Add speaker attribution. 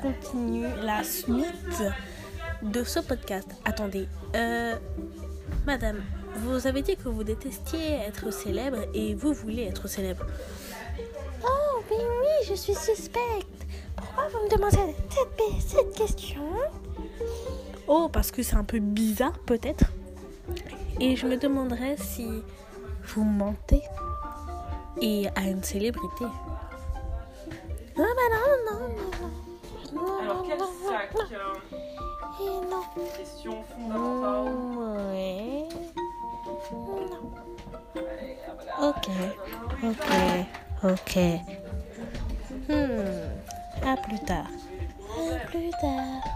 Speaker 1: continue la suite de ce podcast. Attendez, euh, madame, vous avez dit que vous détestiez être célèbre et vous voulez être célèbre.
Speaker 2: Oh, mais oui, je suis suspecte. Pourquoi vous me demandez cette, cette question
Speaker 1: Oh, parce que c'est un peu bizarre peut-être. Et je me demanderais si vous mentez et à une célébrité.
Speaker 2: Non, Ah, bah non, non, non, non. Non,
Speaker 3: Alors,
Speaker 2: non,
Speaker 3: quel
Speaker 2: non, non,
Speaker 3: sac
Speaker 2: non.
Speaker 3: euh,
Speaker 2: Et non.
Speaker 3: Question fondamentale.
Speaker 2: Oh, Ouais. Non.
Speaker 3: Allez, ah, voilà.
Speaker 2: Ok, ok, ok. Hmm. À plus tard. À plus tard.